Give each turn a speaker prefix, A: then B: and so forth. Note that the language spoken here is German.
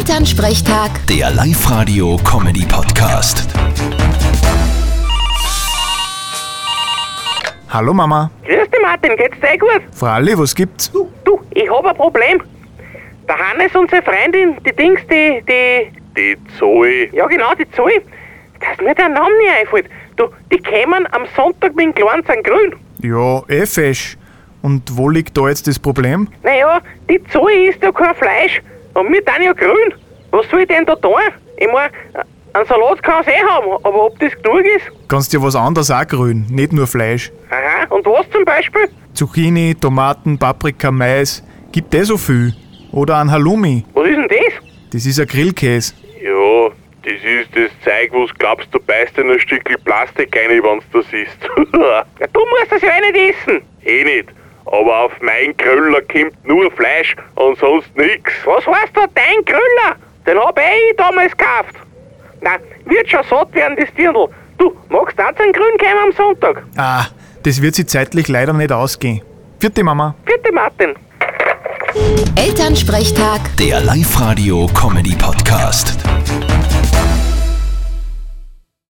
A: Elternsprechtag,
B: Der Live-Radio-Comedy-Podcast.
C: Hallo Mama.
D: Grüß dich Martin, geht's dir eh gut?
C: Fralli, was gibt's?
D: Du, ich hab ein Problem. Der Hannes, unsere Freundin, die Dings, die, die,
E: Die Zoe.
D: ja genau, die Zoe, dass mir der Name nicht einfällt. Du, die kämen am Sonntag mit dem Kleinen zum Grün.
C: Ja, eh fesch. Und wo liegt da jetzt das Problem?
D: Naja, die Zoe isst ja kein Fleisch und wir dann ja grün. Was soll ich denn da tun? Ich mein, einen Salat kann's eh haben, aber ob das genug ist?
C: Kannst dir was anderes auch grün, nicht nur Fleisch.
D: Aha, und was zum Beispiel?
C: Zucchini, Tomaten, Paprika, Mais, gibt eh so viel. Oder ein Halloumi,
D: Was ist denn das?
C: das ist ein Grillkäse.
E: Ja, das ist das Zeug, was glaubst du beißt in ein Stückchen Plastik rein, wenn's das ist.
D: Ja, du musst das ja nicht essen.
E: eh nicht. Aber auf mein Köller kommt nur Fleisch und sonst nix.
D: Was heißt da dein Grüller? Den hab eh ich damals gekauft. Na, wird schon satt werden, das Dirndl. Du, magst du auch einen Grün kommen am Sonntag?
C: Ah, das wird sich zeitlich leider nicht ausgehen. Vierte Mama.
D: Bitte, Martin.
A: Elternsprechtag.
B: Der Live-Radio-Comedy-Podcast.